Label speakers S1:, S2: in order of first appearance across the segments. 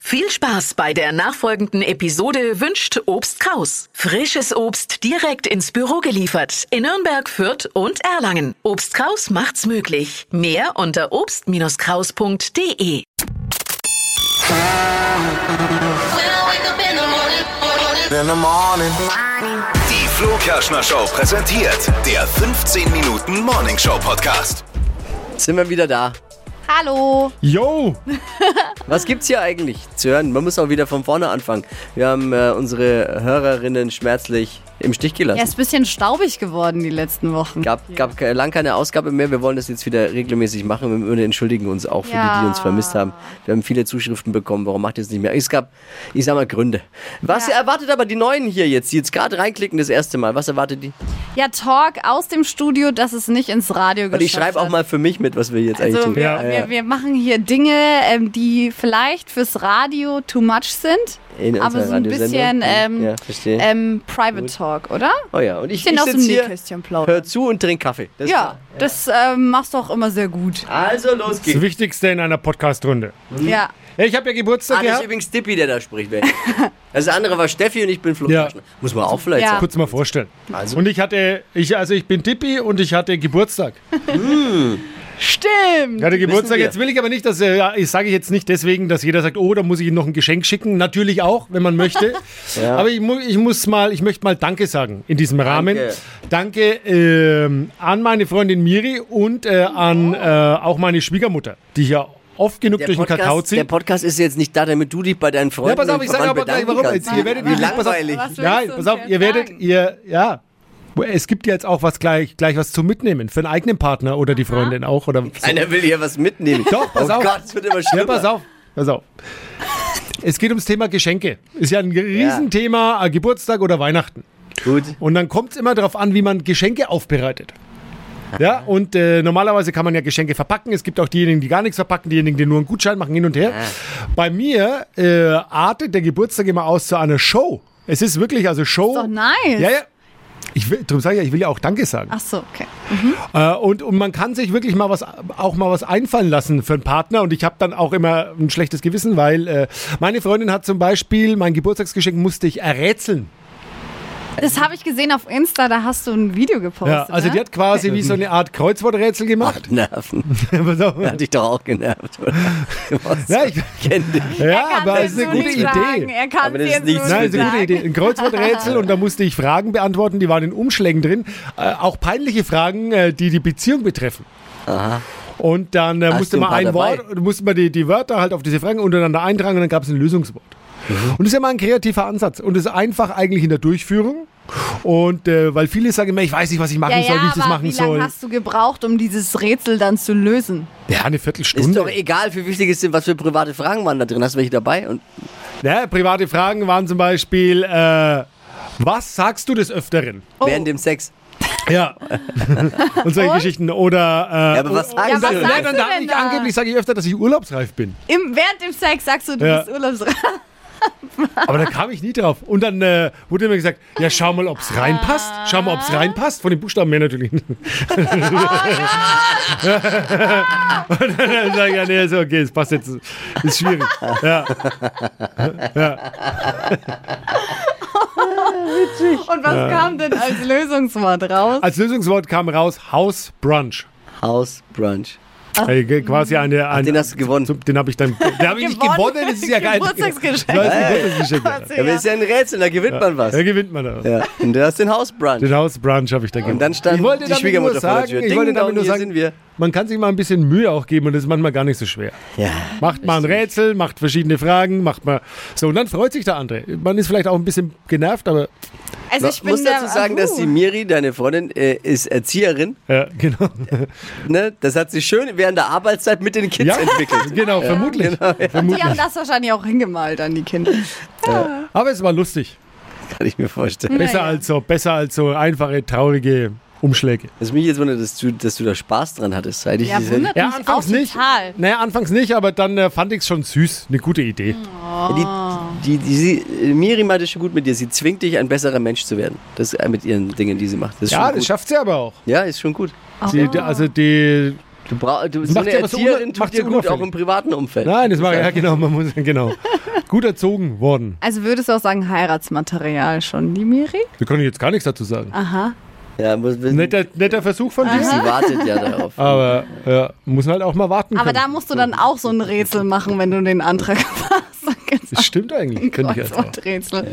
S1: Viel Spaß bei der nachfolgenden Episode wünscht Obst Kraus. Frisches Obst direkt ins Büro geliefert in Nürnberg, Fürth und Erlangen. Obst Kraus macht's möglich. Mehr unter obst-kraus.de.
S2: in the morning.
S3: Die Flo Kerschner Show präsentiert der 15 Minuten Morning Show Podcast.
S4: Sind wir wieder da?
S5: Hallo.
S6: Yo!
S4: Was gibt's hier eigentlich zu hören? Man muss auch wieder von vorne anfangen. Wir haben äh, unsere Hörerinnen schmerzlich im Stich
S5: Er
S4: gelassen.
S5: ist ein bisschen staubig geworden die letzten Wochen.
S4: Gab, gab ke- lang keine Ausgabe mehr. Wir wollen das jetzt wieder regelmäßig machen. Wir entschuldigen uns auch für die, die
S5: Ja.
S4: uns vermisst haben. Wir haben viele Zuschriften bekommen. Warum macht ihr es nicht mehr? Es gab, ich sag mal, Gründe. Was erwartet aber die Neuen hier jetzt, die jetzt gerade reinklicken das erste Mal? Was erwartet die?
S5: Ja, Talk aus dem Studio, dass es nicht ins Radio
S4: Und
S5: geschafft
S4: ich schreibe auch
S5: hat.
S4: mal für mich mit, was wir jetzt eigentlich
S5: Also
S4: tun.
S5: wir,
S6: Ja.
S5: wir, wir machen hier Dinge, ähm, die vielleicht fürs Radio too much sind,
S4: In
S5: aber
S4: unserer
S5: so ein bisschen
S4: Radiosendung. Mhm.
S5: ähm,
S4: ja, verstehe.
S5: ähm, Private Talk, oder?
S4: oh ja, und ich,
S5: bisschen
S4: ich
S5: aus dem
S4: sitz hier,
S5: Nähkästchen plaudern.
S4: hör zu und trink Kaffee. Das
S5: Ja, das ähm, machst du auch immer sehr gut.
S4: Also los
S6: Das
S4: geht's.
S6: Wichtigste in einer Podcast-Runde.
S4: Mhm.
S5: Ja.
S6: Hey, Ich habe ja Geburtstag
S4: Ah, das ist
S6: gehabt.
S4: übrigens Dippi, der da spricht. wer- Das andere war Steffi und ich bin Flo.
S6: Ja.
S4: Kerschner. Muss man auch vielleicht
S5: Ja.
S4: sagen.
S6: Kurz mal vorstellen.
S4: Also?
S6: Und ich hatte, ich, also ich bin Tippi und ich hatte Geburtstag.
S5: Stimmt.
S6: Ich hatte Geburtstag.
S4: wir.
S6: Jetzt will ich aber nicht, dass, äh, ja, ich sage jetzt nicht deswegen, dass jeder sagt, oh, da muss ich ihm noch ein Geschenk schicken. Natürlich auch, wenn man möchte. Aber ich, mu ich muss mal, ich möchte mal Danke sagen in diesem Rahmen. Danke, ähm, an meine Freundin Miri und äh, an äh, auch meine Schwiegermutter, die hier oft genug
S4: Der
S6: durch den Kakao
S4: Podcast,
S6: zieht.
S4: der Podcast ist jetzt nicht da, damit du dich bei deinen Freunden
S6: Ja, pass auf,
S4: und
S6: ich sage
S4: Verwandten
S6: aber gleich
S4: bedanken
S6: warum. Jetzt, ihr
S4: kannst.
S6: werdet
S4: Wie
S6: nicht, pass auf.
S4: langweilig.
S5: Was willst
S6: Nein,
S5: du
S6: pass
S5: uns
S6: auf,
S5: jetzt
S6: ihr werdet,
S5: sagen?
S6: ihr, ja. Es gibt ja jetzt auch was gleich, gleich was zum Mitnehmen für den eigenen Partner oder die Freundin auch. Oder so.
S4: Einer will hier was mitnehmen.
S6: Doch, pass
S4: oh
S6: auf.
S4: Gott, es wird immer
S6: Ja,
S4: schlimmer.
S6: pass auf, pass auf. Es geht ums Thema Geschenke. Ist ja ein Riesenthema, äh, Geburtstag oder Weihnachten.
S4: Gut.
S6: Und dann kommt es immer darauf an, wie man Geschenke aufbereitet. Ja, und äh, normalerweise kann man ja Geschenke verpacken. Es gibt auch diejenigen, die gar nichts verpacken, diejenigen, die nur einen Gutschein machen, hin und her. Bei mir äh, artet der Geburtstag immer aus zu einer Show. Es ist wirklich, also Show.
S5: doch nice.
S6: Ja, ja. Ich will, darum sage ich ja, ich will ja auch Danke sagen.
S5: Ach so, okay.
S6: Äh, und, und man kann sich wirklich mal was, auch mal was einfallen lassen für einen Partner. Und ich habe dann auch immer ein schlechtes Gewissen, weil äh, meine Freundin hat zum Beispiel mein Geburtstagsgeschenk musste ich errätseln.
S5: Das habe ich gesehen auf Insta, da hast du ein Video gepostet.
S6: Ja, also
S5: ne?
S6: die hat quasi wie so eine Art Kreuzworträtsel gemacht.
S4: Oh, Nerven.
S6: Pass auf.
S4: Hat dich doch auch genervt. Oder? Was?
S6: Ja, ich-
S4: kenn dich.
S5: Er
S6: Ja,
S5: kann's
S6: Ah, aber es
S5: jetzt
S6: ist eine
S5: so
S6: gute
S5: nicht Sagen.
S6: Idee.
S5: Er kann
S4: Aber das
S5: es
S4: ist
S5: jetzt
S4: nichts
S5: so
S6: Nein, es
S5: nicht
S6: ist eine gute
S5: sagen.
S6: Idee. Ein Kreuzworträtsel und da musste ich Fragen beantworten, die waren in Umschlägen drin. Äh, auch peinliche Fragen, äh, die die Beziehung betreffen. Und dann äh,
S4: Hast
S6: musste
S4: du ein
S6: man
S4: paar
S6: ein
S4: dabei?
S6: Wort, musste man die, die Wörter halt auf diese Fragen untereinander eintragen und dann gab es ein Lösungswort.
S4: Mhm.
S6: Und das ist ja mal ein kreativer Ansatz und das ist einfach eigentlich in der Durchführung. Und äh, weil viele sagen immer, ich weiß nicht, was ich machen
S5: Ja,
S6: soll,
S5: ja,
S6: wie ich das
S5: aber
S6: machen
S5: wie
S6: soll.
S5: lange hast du gebraucht, um dieses Rätsel dann zu lösen?
S6: Ja, eine Viertelstunde.
S4: Ist doch egal, wie wichtig es sind, was für private Fragen waren da drin. Hast du welche dabei? Und
S6: Ja, Ne, private Fragen waren zum Beispiel, äh, was sagst du des Öfteren?
S5: Oh.
S4: während dem Sex.
S6: Ja. Und solche Geschichten. Oder. Äh,
S4: Ja, aber was sagst
S6: und dann,
S5: du?
S6: nein,
S5: Ja, was sagst du
S6: dann sag
S5: denn
S6: ich
S5: da?
S6: angeblich sage ich öfter, dass ich urlaubsreif bin.
S5: Im, während dem Sex sagst du, du
S6: Ja.
S5: bist urlaubsreif.
S6: Aber da kam ich nie drauf. Und dann äh, wurde mir gesagt, ja, schau mal, ob's reinpasst. Schau mal, ob's reinpasst. Von den Buchstaben her natürlich. nicht. Und dann sage ich, ja, nee, ist okay, es passt jetzt. Ist schwierig. Ja.
S5: Und was kam denn als Lösungswort raus?
S6: Als Lösungswort kam raus Hausbrunch.
S4: Hausbrunch.
S6: Äh, ge- quasi eine, ein,
S4: Den hast du gewonnen.
S6: So, Den habe ich dann. Den habe ich nicht
S5: Gewonnen.
S6: gewonnen, das ist ja geil.
S5: Geburtstagsgeschenk.
S6: Das ist ein Geburtstagsgeschenk. ja.
S4: Ja, aber ist ja ein Rätsel, da gewinnt man was.
S6: Da gewinnt man da.
S4: Ja. Und du hast den Hausbrunch.
S6: Den Hausbrunch habe ich da gewonnen.
S4: Und dann stand
S6: ich wollte
S4: die
S6: damit
S4: Schwiegermutter
S6: nur
S4: vor der
S6: sagen,
S4: Tür.
S6: Ich wollte
S4: Ding dong,
S6: damit nur
S4: hier
S6: sagen,
S4: sind wir.
S6: man kann sich mal ein bisschen Mühe auch geben und das ist manchmal gar nicht so schwer.
S4: Ja.
S6: Macht mal ein Rätsel, macht verschiedene Fragen, macht mal so und dann freut sich der andere. Man ist vielleicht auch ein bisschen genervt, aber
S5: Also ich
S4: Ich
S5: bin
S4: muss dazu
S5: der-
S4: sagen, dass die Miri, deine Freundin, äh, ist Erzieherin.
S6: ja, genau.
S4: Ne? Das hat sie schön während der Arbeitszeit mit den Kids
S6: Ja,
S4: entwickelt.
S6: genau, vermutlich.
S5: Die haben das wahrscheinlich auch hingemalt an die Kinder.
S6: Aber es war lustig.
S4: Kann ich mir vorstellen.
S6: Besser
S5: ja.
S6: als so, besser als so einfache, traurige Umschläge.
S4: Was mich jetzt wundert, dass du, dass du da Spaß dran hattest. Hätte ich
S5: Ja,
S4: diese-
S5: wundert
S6: Ja,
S5: mich
S6: anfangs
S5: auch
S6: nicht.
S5: total.
S6: Naja, anfangs nicht, aber dann äh, fand ich es schon süß. Eine gute Idee.
S5: Hm.
S4: die, die, die, sie, äh, Miri meint es schon gut mit dir. Sie zwingt dich, ein besserer Mensch zu werden. Das äh, mit ihren Dingen, die sie macht. Das ist
S6: Ja,
S4: schon
S6: das
S4: gut.
S6: schafft sie aber auch.
S5: Oh.
S4: Ja, ist schon gut.
S6: Die, die- also die,
S4: Du brauch, du,
S6: Das
S4: so
S6: macht
S4: eine
S6: sie aber so
S4: Erzieherin
S6: un-
S4: tut
S6: macht
S4: dir
S6: sie
S4: gut, auch
S6: unauffällig.
S4: im privaten Umfeld.
S6: Nein, das war ja genau, man muss genau. Gut erzogen worden.
S5: Also würdest du auch sagen, Heiratsmaterial schon, die Miri?
S6: Da kann ich jetzt gar nichts dazu sagen.
S5: Aha.
S4: Ja, muss, wissen,
S6: Netter, netter Versuch von
S5: Ah.
S6: dir.
S4: sie wartet ja darauf.
S6: Aber ja, muss man halt auch mal warten
S5: Aber
S6: können.
S5: da musst du dann auch so ein Rätsel machen, wenn du den Antrag machst. Dann gibt's
S6: das stimmt eigentlich. Könnte ich jetzt auch.
S5: Kreuzworträtsel.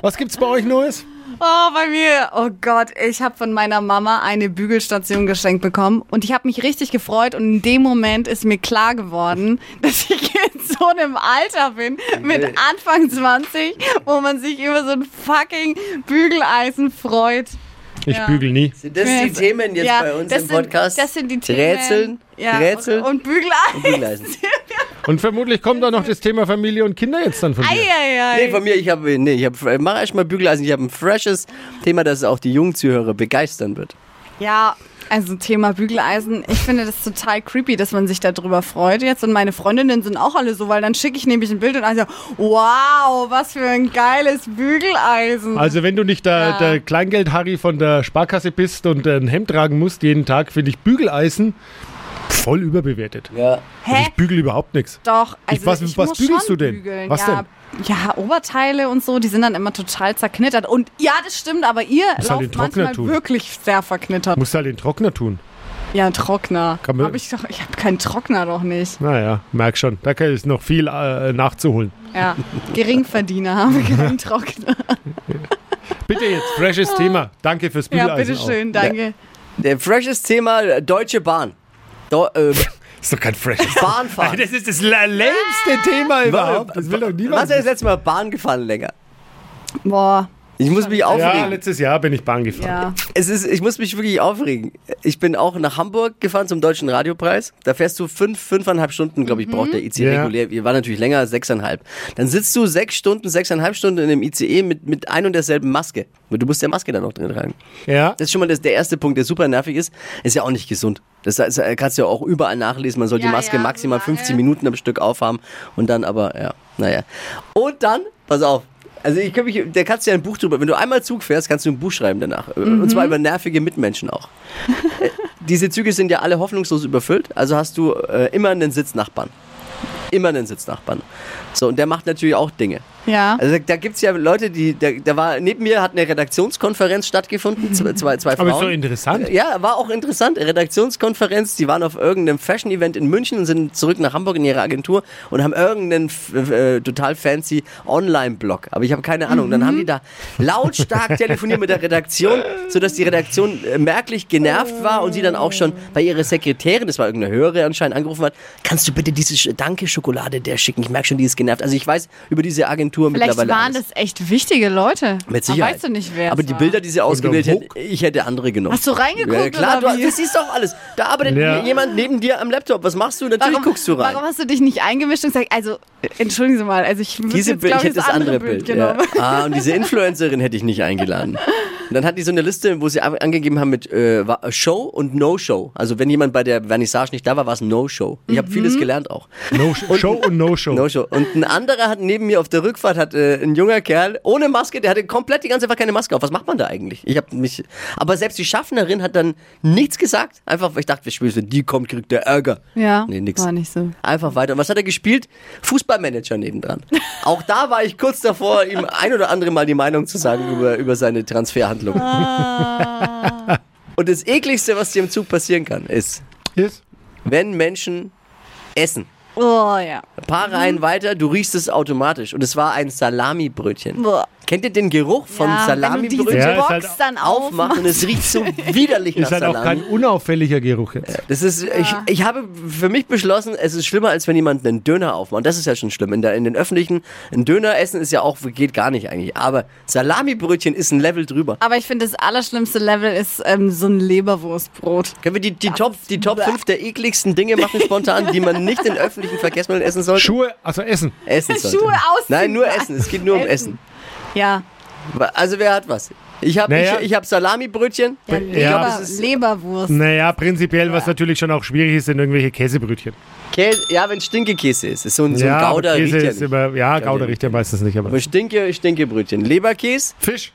S6: Was gibt's bei euch Neues?
S5: Oh, bei mir. Oh Gott, ich habe von meiner Mama eine Bügelstation geschenkt bekommen und ich habe mich richtig gefreut und in dem Moment ist mir klar geworden, dass ich in so einem Alter bin, mit Anfang 20, wo man sich über so ein fucking Bügeleisen freut.
S6: Ich bügel nie.
S4: Sind das die Themen jetzt
S5: Ja,
S4: bei uns
S5: das
S4: im
S5: sind-
S4: Podcast?
S5: Das sind die Themen.
S4: Rätseln,
S5: ja,
S4: Rätseln
S5: und, und Bügeleisen.
S4: Bügeleisen.
S6: Und vermutlich kommt da noch das Thema Familie und Kinder jetzt dann von dir.
S5: Eieiei.
S4: Nee, von mir, ich habe, nee, ich habe, mach erstmal Bügeleisen, ich habe ein freshes Thema, das auch die jungen Zuhörer begeistern wird.
S5: Ja, also Thema Bügeleisen. Ich finde das total creepy, dass man sich darüber freut jetzt. Und meine Freundinnen sind auch alle so, weil dann schicke ich nämlich ein Bild und alle so, wow, was für ein geiles Bügeleisen.
S6: Also wenn du nicht der, der Kleingeld-Harry von der Sparkasse bist und ein Hemd tragen musst jeden Tag, finde ich Bügeleisen voll überbewertet.
S4: Ja.
S5: Hä?
S6: Ich bügel überhaupt nichts.
S5: Doch, also
S6: Ich- was-
S5: ich
S6: was
S5: muss
S6: bügelst
S5: schon
S6: du denn?
S5: Bügeln.
S6: Was
S5: ja, Ja, Oberteile und so, die sind dann immer total zerknittert. Und ja, das stimmt, aber ihr
S6: Muss
S5: lauft
S6: halt den Trockner
S5: manchmal
S6: tun.
S5: wirklich sehr verknittert.
S6: Musst halt den Trockner tun.
S5: Ja, ein Trockner.
S6: Kann man-
S5: Hab ich doch, ich habe keinen Trockner doch nicht.
S6: Naja, merk schon. Da ist noch viel äh, nachzuholen.
S5: Ja, Geringverdiener haben keinen Trockner.
S6: Bitte jetzt, freshes Thema. Danke fürs Bügeleisen.
S5: Ja, bitteschön,
S4: Ja.
S5: danke.
S4: Der freshes Thema, äh, Deutsche Bahn. Do, äh,
S6: Auch. Ist doch kein freshes
S4: Bahnfahren.
S6: Das ist das la- lämste Thema überhaupt. Das will doch niemand.
S4: Was ist das letzte Mal Bahn gefahren länger?
S5: Boah,
S4: Ich muss mich
S6: ja,
S4: aufregen.
S6: letztes Jahr bin ich Bahn
S5: ja.
S6: gefahren.
S4: Es ist, ich muss mich wirklich aufregen. Ich bin auch nach Hamburg gefahren zum Deutschen Radiopreis. Da fährst du fünf, fünfeinhalb Stunden, glaube ich, braucht der ICE
S6: Ja.
S4: regulär. Wir waren natürlich länger, sechseinhalb. Dann sitzt du sechs Stunden, sechseinhalb Stunden in einem ICE E mit, mit ein und derselben Maske. Du musst der Maske dann noch drin tragen.
S6: Ja.
S4: Das ist schon mal das, der erste Punkt, der super nervig ist. Ist ja auch nicht gesund. Das, das äh, kannst du ja auch überall nachlesen. Man soll
S5: Ja,
S4: die Maske
S5: ja,
S4: maximal
S5: so
S4: 15
S5: lange.
S4: Minuten am Stück aufhaben und dann aber, ja, naja. Und dann, pass auf. Also ich kann mich, da kannst du ja ein Buch drüber, wenn du einmal Zug fährst, kannst du ein Buch schreiben danach. Äh, Und
S5: Mhm.
S4: zwar über nervige Mitmenschen auch. Äh, Diese Züge sind ja alle hoffnungslos überfüllt, also hast du äh, immer einen Sitznachbarn. Immer einen Sitznachbarn. So, und der macht natürlich auch Dinge.
S5: Ja.
S4: Also da, da gibt es ja Leute, die, da, da war, neben mir hat eine Redaktionskonferenz stattgefunden, zwei, zwei, zwei Frauen.
S6: Aber ist doch interessant.
S4: Ja, war auch interessant. Redaktionskonferenz, die waren auf irgendeinem Fashion-Event in München und sind zurück nach Hamburg in ihre Agentur und haben irgendeinen f- äh, total fancy Online-Blog. Aber ich habe keine Ahnung. Dann haben die da lautstark telefoniert mit der Redaktion, sodass die Redaktion äh, merklich genervt war und sie dann auch schon bei ihrer Sekretärin, das war irgendeine Höhere anscheinend, angerufen hat, kannst du bitte diese Sch- Danke-Schokolade der schicken? Ich merke schon, die ist genervt. Also ich weiß über diese Agentur
S5: Vielleicht
S4: mittlerweile
S5: waren
S4: alles.
S5: das echt wichtige Leute.
S4: Mit
S5: Aber
S4: Sicherheit.
S5: Weißt du nicht, wer
S4: Aber
S5: es
S4: die
S5: war.
S4: Bilder, die sie ausgewählt
S6: der
S4: hätten,
S6: Hook?
S4: ich hätte andere genommen.
S5: Hast du reingeguckt
S4: Ja, klar,
S5: oder
S4: du,
S5: wie?
S4: das siehst doch alles. Da arbeitet
S6: Ja.
S4: jemand neben dir am Laptop. Was machst du? Natürlich
S5: warum,
S4: guckst du rein.
S5: Warum hast du dich nicht eingemischt und gesagt, also, äh, entschuldigen Sie mal, also ich würde
S4: Diese
S5: jetzt,
S4: Bild,
S5: glaub
S4: ich hätte das andere Bild. ja.
S5: genommen.
S4: Ah, und diese Influencerin hätte ich nicht eingeladen. Und dann hatten die so eine Liste, wo sie ab- angegeben haben mit äh, wa- Show und No-Show. Also wenn jemand bei der Vernissage nicht da war, war es No-Show. Ich
S5: Mhm.
S4: habe vieles gelernt auch.
S6: No sh Show und No Show.
S4: No-Show. Und ein anderer hat neben mir auf der Rückfahrt hat äh, ein junger Kerl ohne Maske, der hatte komplett die ganze Zeit keine Maske auf. Was macht man da eigentlich? Ich habe mich. Aber selbst die Schaffnerin hat dann nichts gesagt. Einfach, weil ich dachte, wenn die kommt, kriegt der Ärger.
S5: Ja,
S4: Ah, nee, nix.
S5: war nicht so.
S4: Einfach weiter. Und was hat er gespielt? Fußballmanager nebendran. Auch da war ich kurz davor, ihm ein oder andere Mal die Meinung zu sagen über, über seine Transferhandlung. Und das ekligste, was dir im Zug passieren kann, ist,
S6: Yes.
S4: wenn Menschen essen.
S5: Oh ja.
S4: Ein paar Reihen weiter, du riechst es automatisch. Und es war ein Salamibrötchen.
S5: Boah.
S4: Kennt ihr den Geruch von
S5: ja Wenn du
S4: Salamibrötchen?
S5: diese
S6: Ja, ist
S5: Box
S6: halt
S5: dann aufmachst.
S4: Aufmachen und es riecht so widerlich
S6: Ist
S4: nach
S6: halt auch
S4: Salami.
S6: kein unauffälliger Geruch jetzt.
S4: Das ist, ich, ich habe für mich beschlossen, es ist schlimmer, als wenn jemand einen Döner aufmacht. Das ist ja schon schlimm. In, der, in den öffentlichen, ein Döner essen ist ja auch, geht gar nicht eigentlich. Aber Salamibrötchen ist ein Level drüber.
S5: Aber ich finde, das allerschlimmste Level ist ähm, so ein Leberwurstbrot.
S4: Können wir die, die, Top, die Top 5 der ekligsten Dinge machen spontan, die man nicht in öffentlichen Verkehrsmitteln essen sollte?
S6: Schuhe, also Essen.
S4: essen sollte.
S5: Schuhe ausziehen.
S4: Nein, nur essen. Es geht nur um Essen.
S5: Essen. Ja,
S4: Also wer hat was? Ich habe
S6: Naja.
S4: ich, ich hab Salamibrötchen.
S5: ja,
S6: Ja, Ne.
S5: Leber,
S4: das ist-
S5: Leberwurst.
S6: Naja, prinzipiell, was natürlich schon auch schwierig ist, sind irgendwelche Käsebrötchen.
S4: Käse, ja, wenn Stinkekäse ist. ist so ein, so ein
S6: ja,
S4: Gouda
S6: aber Käse
S4: riecht ja
S6: ist
S4: nicht.
S6: immer, ja, Gouda riecht ja meistens nicht, aber
S4: Aber Stinke, Stinkebrötchen. Leberkäse,
S6: Fisch.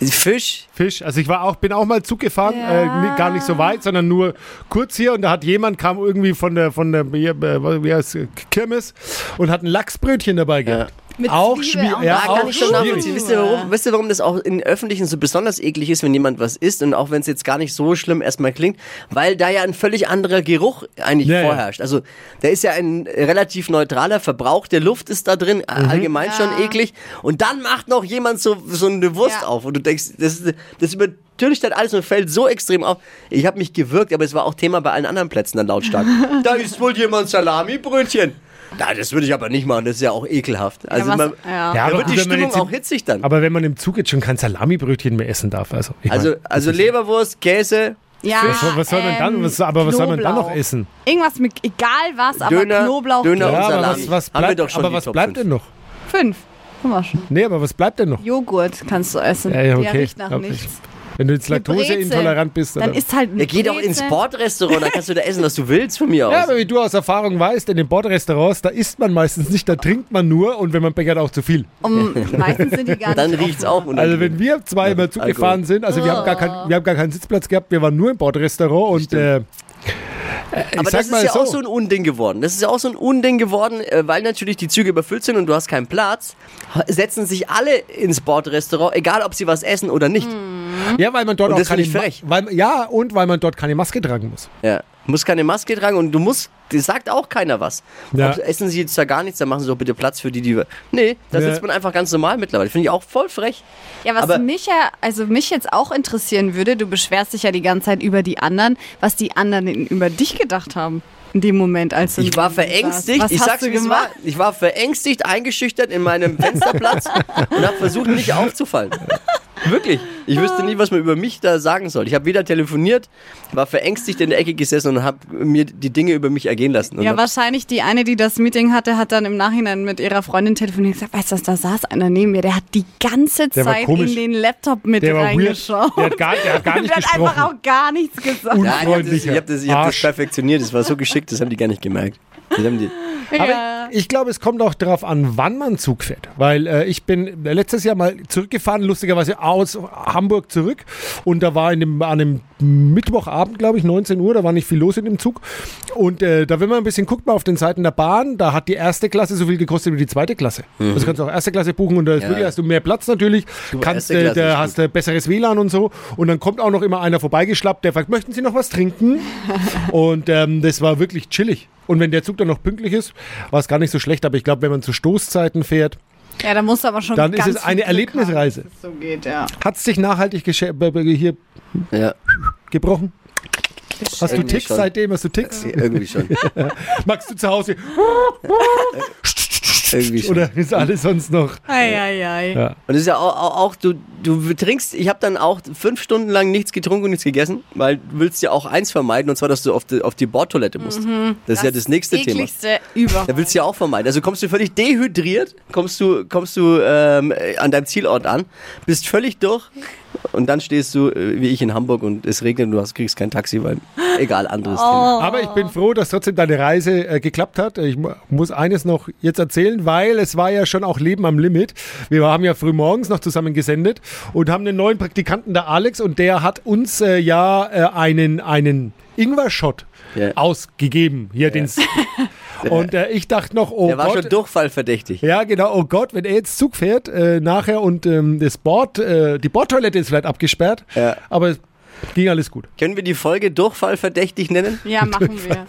S4: Fisch.
S6: Fisch. Also ich war auch, bin auch mal Zug gefahren,
S5: Ja.
S6: äh, ni- gar nicht so weit, sondern nur kurz hier. Und da hat jemand, kam irgendwie von der, von der hier, äh, wie heißt, es, Kirmes und hat ein Lachsbrötchen dabei gehabt.
S5: Mit
S6: auch
S5: Zwiebel,
S6: schwierig.
S5: auch
S6: Ja,
S5: noch.
S4: Ah,
S6: auch
S4: kann ich schon
S5: schwierig.
S4: nachvollziehen. Wisst ihr, warum, wisst ihr, warum das auch in Öffentlichen so besonders eklig ist, wenn jemand was isst und auch wenn es jetzt gar nicht so schlimm erstmal klingt? Weil da ja ein völlig anderer Geruch eigentlich
S6: Ja, ja.
S4: vorherrscht. Also da ist ja ein relativ neutraler Verbrauch der Luft ist da drin,
S6: Mhm.
S4: allgemein schon eklig. Und dann macht noch jemand so, so eine Wurst
S5: Ja.
S4: auf und du denkst, das, ist- das übertüncht dann alles und fällt so extrem auf. Ich habe mich gewirkt, aber es war auch Thema bei allen anderen Plätzen dann lautstark. da ist wohl jemand Salami-Brötchen. Na, das würde ich aber nicht machen, das ist ja auch ekelhaft. Also
S5: was-
S4: man,
S5: ja.
S6: Ja,
S4: da wird
S6: aber
S4: die
S6: wenn man
S4: Stimmung
S6: jetzt im-
S4: auch hitzig dann.
S6: Aber wenn man im Zug jetzt schon kein Salamibrötchen mehr essen darf, also. Ich
S4: also,
S6: mein,
S4: also Leberwurst, Käse,
S5: Ja,
S6: Was soll- was soll man dann- was- aber was soll man dann noch
S5: Knoblauch.
S6: essen?
S5: Irgendwas mit, egal was, aber
S4: Döner,
S5: Knoblauch.
S4: Döner
S6: ja,
S4: und
S6: aber
S4: Salami.
S6: was, was
S4: Haben wir
S6: bleibt,
S4: doch schon
S6: aber
S4: die
S6: was
S4: Top
S6: bleibt
S4: fünf.
S6: denn noch?
S5: Fünf. Guck mal schon.
S6: Nee, aber was bleibt denn noch?
S5: Joghurt kannst du essen.
S6: Ja, ja,
S5: Der
S6: okay.
S5: riecht nach
S6: Okay.
S5: nichts.
S6: Wenn du jetzt
S5: Eine Brezel.
S6: laktoseintolerant bist,
S5: Dann
S6: oder?
S5: ist halt eine
S4: Ja, geh doch ins
S5: Brezel.
S4: Bordrestaurant, da kannst du da essen, was du willst von mir aus.
S6: Ja, aber wie du aus Erfahrung weißt, in den Bordrestaurants, da isst man meistens nicht, da trinkt man nur und wenn man bechert auch zu viel.
S5: Um, meistens sind die gar nicht.
S4: dann riecht's auch. unangenehm.
S6: Also wenn wir zwei mal zugefahren
S4: Alkohol.
S6: sind, also wir, haben gar kein, wir haben gar keinen Sitzplatz gehabt, wir waren nur im Bordrestaurant und äh, äh, ich
S4: aber
S6: sag
S4: das ist
S6: mal
S4: ja
S6: so,
S4: auch so ein Unding geworden. Das ist ja auch so ein Unding geworden, äh, weil natürlich die Züge überfüllt sind und du hast keinen Platz, setzen sich alle ins Bordrestaurant, egal ob sie was essen oder nicht.
S6: Hm. äh, ja, weil man dort
S4: Und
S6: auch
S4: das
S6: keine
S4: find ich
S6: Ma-
S4: frech.
S6: weil, ja und weil man dort keine Maske tragen muss.
S4: Ja. Du musst keine Maske tragen und du musst, das sagt auch keiner was.
S6: Ja.
S4: Ob, essen sie jetzt da gar nichts, dann machen sie doch bitte Platz für die, die. Nee, da
S6: Ja.
S4: sitzt man einfach ganz normal mittlerweile. Finde ich auch voll frech.
S5: Ja, was
S4: Aber-
S5: mich ja, also mich jetzt auch interessieren würde, du beschwerst dich ja die ganze Zeit über die anderen, was die anderen in- über dich gedacht haben in dem Moment, als du
S4: Ich war
S5: saßt.
S4: verängstigt.
S5: Was
S4: ich
S5: hast
S4: sag's
S5: du
S4: wie es war.
S5: gemacht?
S4: Ich war verängstigt, eingeschüchtert in meinem Fensterplatz und habe versucht, nicht aufzufallen. Wirklich. Ich wüsste nie, was man über mich da sagen soll. Ich habe weder telefoniert, war verängstigt in der Ecke gesessen und habe mir die Dinge über mich ergehen lassen. Und
S5: Ja,
S4: hab-
S5: wahrscheinlich die eine, die das Meeting hatte, hat dann im Nachhinein mit ihrer Freundin telefoniert und gesagt, weißt du, was, da saß einer neben mir, der hat die ganze
S6: Der war
S5: Zeit
S6: komisch.
S5: in den Laptop mit
S6: Der war
S5: reingeschaut.
S6: weird. Der hat gar, der hat gar nicht
S5: der hat
S6: gesprochen.
S5: einfach auch gar nichts gesagt.
S4: Ja,
S6: Un-
S4: ich habe das, ich
S6: freundlicher
S4: hab das, ich hab das
S6: Arsch.
S4: perfektioniert. Das war so geschickt, das haben die gar nicht gemerkt. Das haben die,
S5: Ja.
S6: Aber ich glaube, es kommt auch darauf an, wann man Zug fährt. Weil äh, ich bin letztes Jahr mal zurückgefahren, lustigerweise aus Hamburg zurück. Und da war in dem, an dem Mittwochabend, glaube ich, 19 Uhr, da war nicht viel los in dem Zug. Und äh, da, wenn man ein bisschen guckt, mal auf den Seiten der Bahn, da hat die erste Klasse so viel gekostet wie die zweite Klasse. Also kannst du auch erste Klasse buchen und da ist
S4: Mhm. Ja.
S6: wirklich, hast du mehr Platz natürlich. kannst,
S4: erste
S6: äh,
S4: Klasse ist
S6: da hast du besseres WLAN und so. Und dann kommt auch noch immer einer vorbeigeschlappt, der fragt, möchten Sie noch was trinken? Und ähm, das war wirklich chillig. Und wenn der Zug dann noch pünktlich ist, war es gar nicht so schlecht. Aber ich glaube, wenn man zu Stoßzeiten fährt,
S5: ja, da musst du aber schon
S6: dann ist
S5: ganz
S6: es
S5: viel
S6: eine
S5: Glück haben,
S6: Erlebnisreise.
S5: dass es So geht, ja.
S6: Hat es dich nachhaltig gesche- b- b- hier
S4: ja,
S6: gebrochen? Hast du
S4: Irgendwie
S6: Ticks
S4: schon.
S6: seitdem? Hast du Ticks?
S4: irgendwie schon.
S6: Magst du zu Hause?
S4: Irgendwie schon.
S6: Oder ist alles sonst noch?
S5: Ei, ei, ei.
S4: Und das ist ja auch, auch, auch du, du trinkst, ich habe dann auch fünf Stunden lang nichts getrunken und nichts gegessen, weil du willst ja auch eins vermeiden, und zwar, dass du auf die, auf die Bordtoilette musst.
S6: Mhm.
S4: Das, ist ja das nächste Thema.
S5: ekligste überhaupt.
S4: Da willst du ja auch vermeiden. Also kommst du völlig dehydriert, kommst du, kommst du ähm, äh, an deinem Zielort an, bist völlig durch und dann stehst du, äh, wie ich in Hamburg, und es regnet und du hast, kriegst kein Taxi, weil egal, anderes
S6: Oh.
S4: Thema.
S6: Aber ich bin froh, dass trotzdem deine Reise äh, geklappt hat. Ich mu- muss eines noch jetzt erzählen, weil es war ja schon auch Leben am Limit. Wir haben ja früh morgens noch zusammen gesendet und haben einen neuen Praktikanten, der Alex, und der hat uns äh, ja äh, einen, einen Ingwer-Shot
S4: Ja.
S6: ausgegeben. Hier den S- und äh, ich dachte noch, oh
S4: Der war
S6: Gott,
S4: schon durchfallverdächtig.
S6: ja, genau. Oh Gott, wenn er jetzt Zug fährt äh, nachher und ähm, das Bord, äh, die Bordtoilette ist vielleicht abgesperrt,
S4: Ja.
S6: aber es ging alles gut.
S4: Können wir die Folge durchfallverdächtig nennen?
S5: ja, machen wir.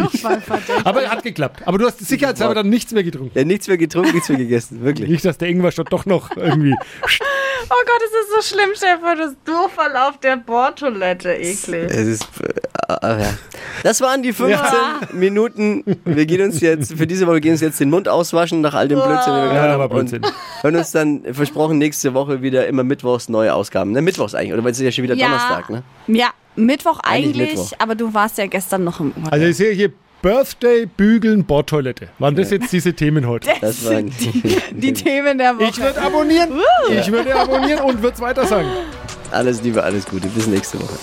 S5: Durchfallverdächtig.
S6: Aber hat geklappt. Aber du hast sicherheitshalber dann nichts mehr getrunken.
S4: Ja, nichts mehr getrunken, nichts mehr gegessen, wirklich.
S6: Nicht, dass der Ingwer-Shot doch noch irgendwie.
S5: Oh Gott, es ist so schlimm, Stefan. Das Durchfall auf der Bordtoilette. Eklig.
S4: Es ist, äh, äh, ja. Das waren die 15 Minuten. Wir gehen uns jetzt, für diese Woche gehen uns jetzt den Mund auswaschen nach all dem Blödsinn, den wir gehört
S6: Ja,
S4: haben.
S6: aber Blödsinn.
S4: Und hören uns dann äh, versprochen nächste Woche wieder immer mittwochs neue Ausgaben. Ne, mittwochs eigentlich, oder weil es ist ja schon wieder Donnerstag, ne?
S5: Ja, Mittwoch
S4: Eigentlich
S5: eigentlich,
S4: Mittwoch.
S5: aber du warst ja gestern noch im Urlaub.
S6: Also ich sehe hier Birthday, Bügeln, Bordtoilette. Waren das jetzt diese Themen heute?
S4: Das waren
S5: die Themen der Woche.
S6: Ich würde abonnieren. Ich würde abonnieren und würde es weiter sagen.
S4: alles Liebe, alles Gute. Bis nächste Woche.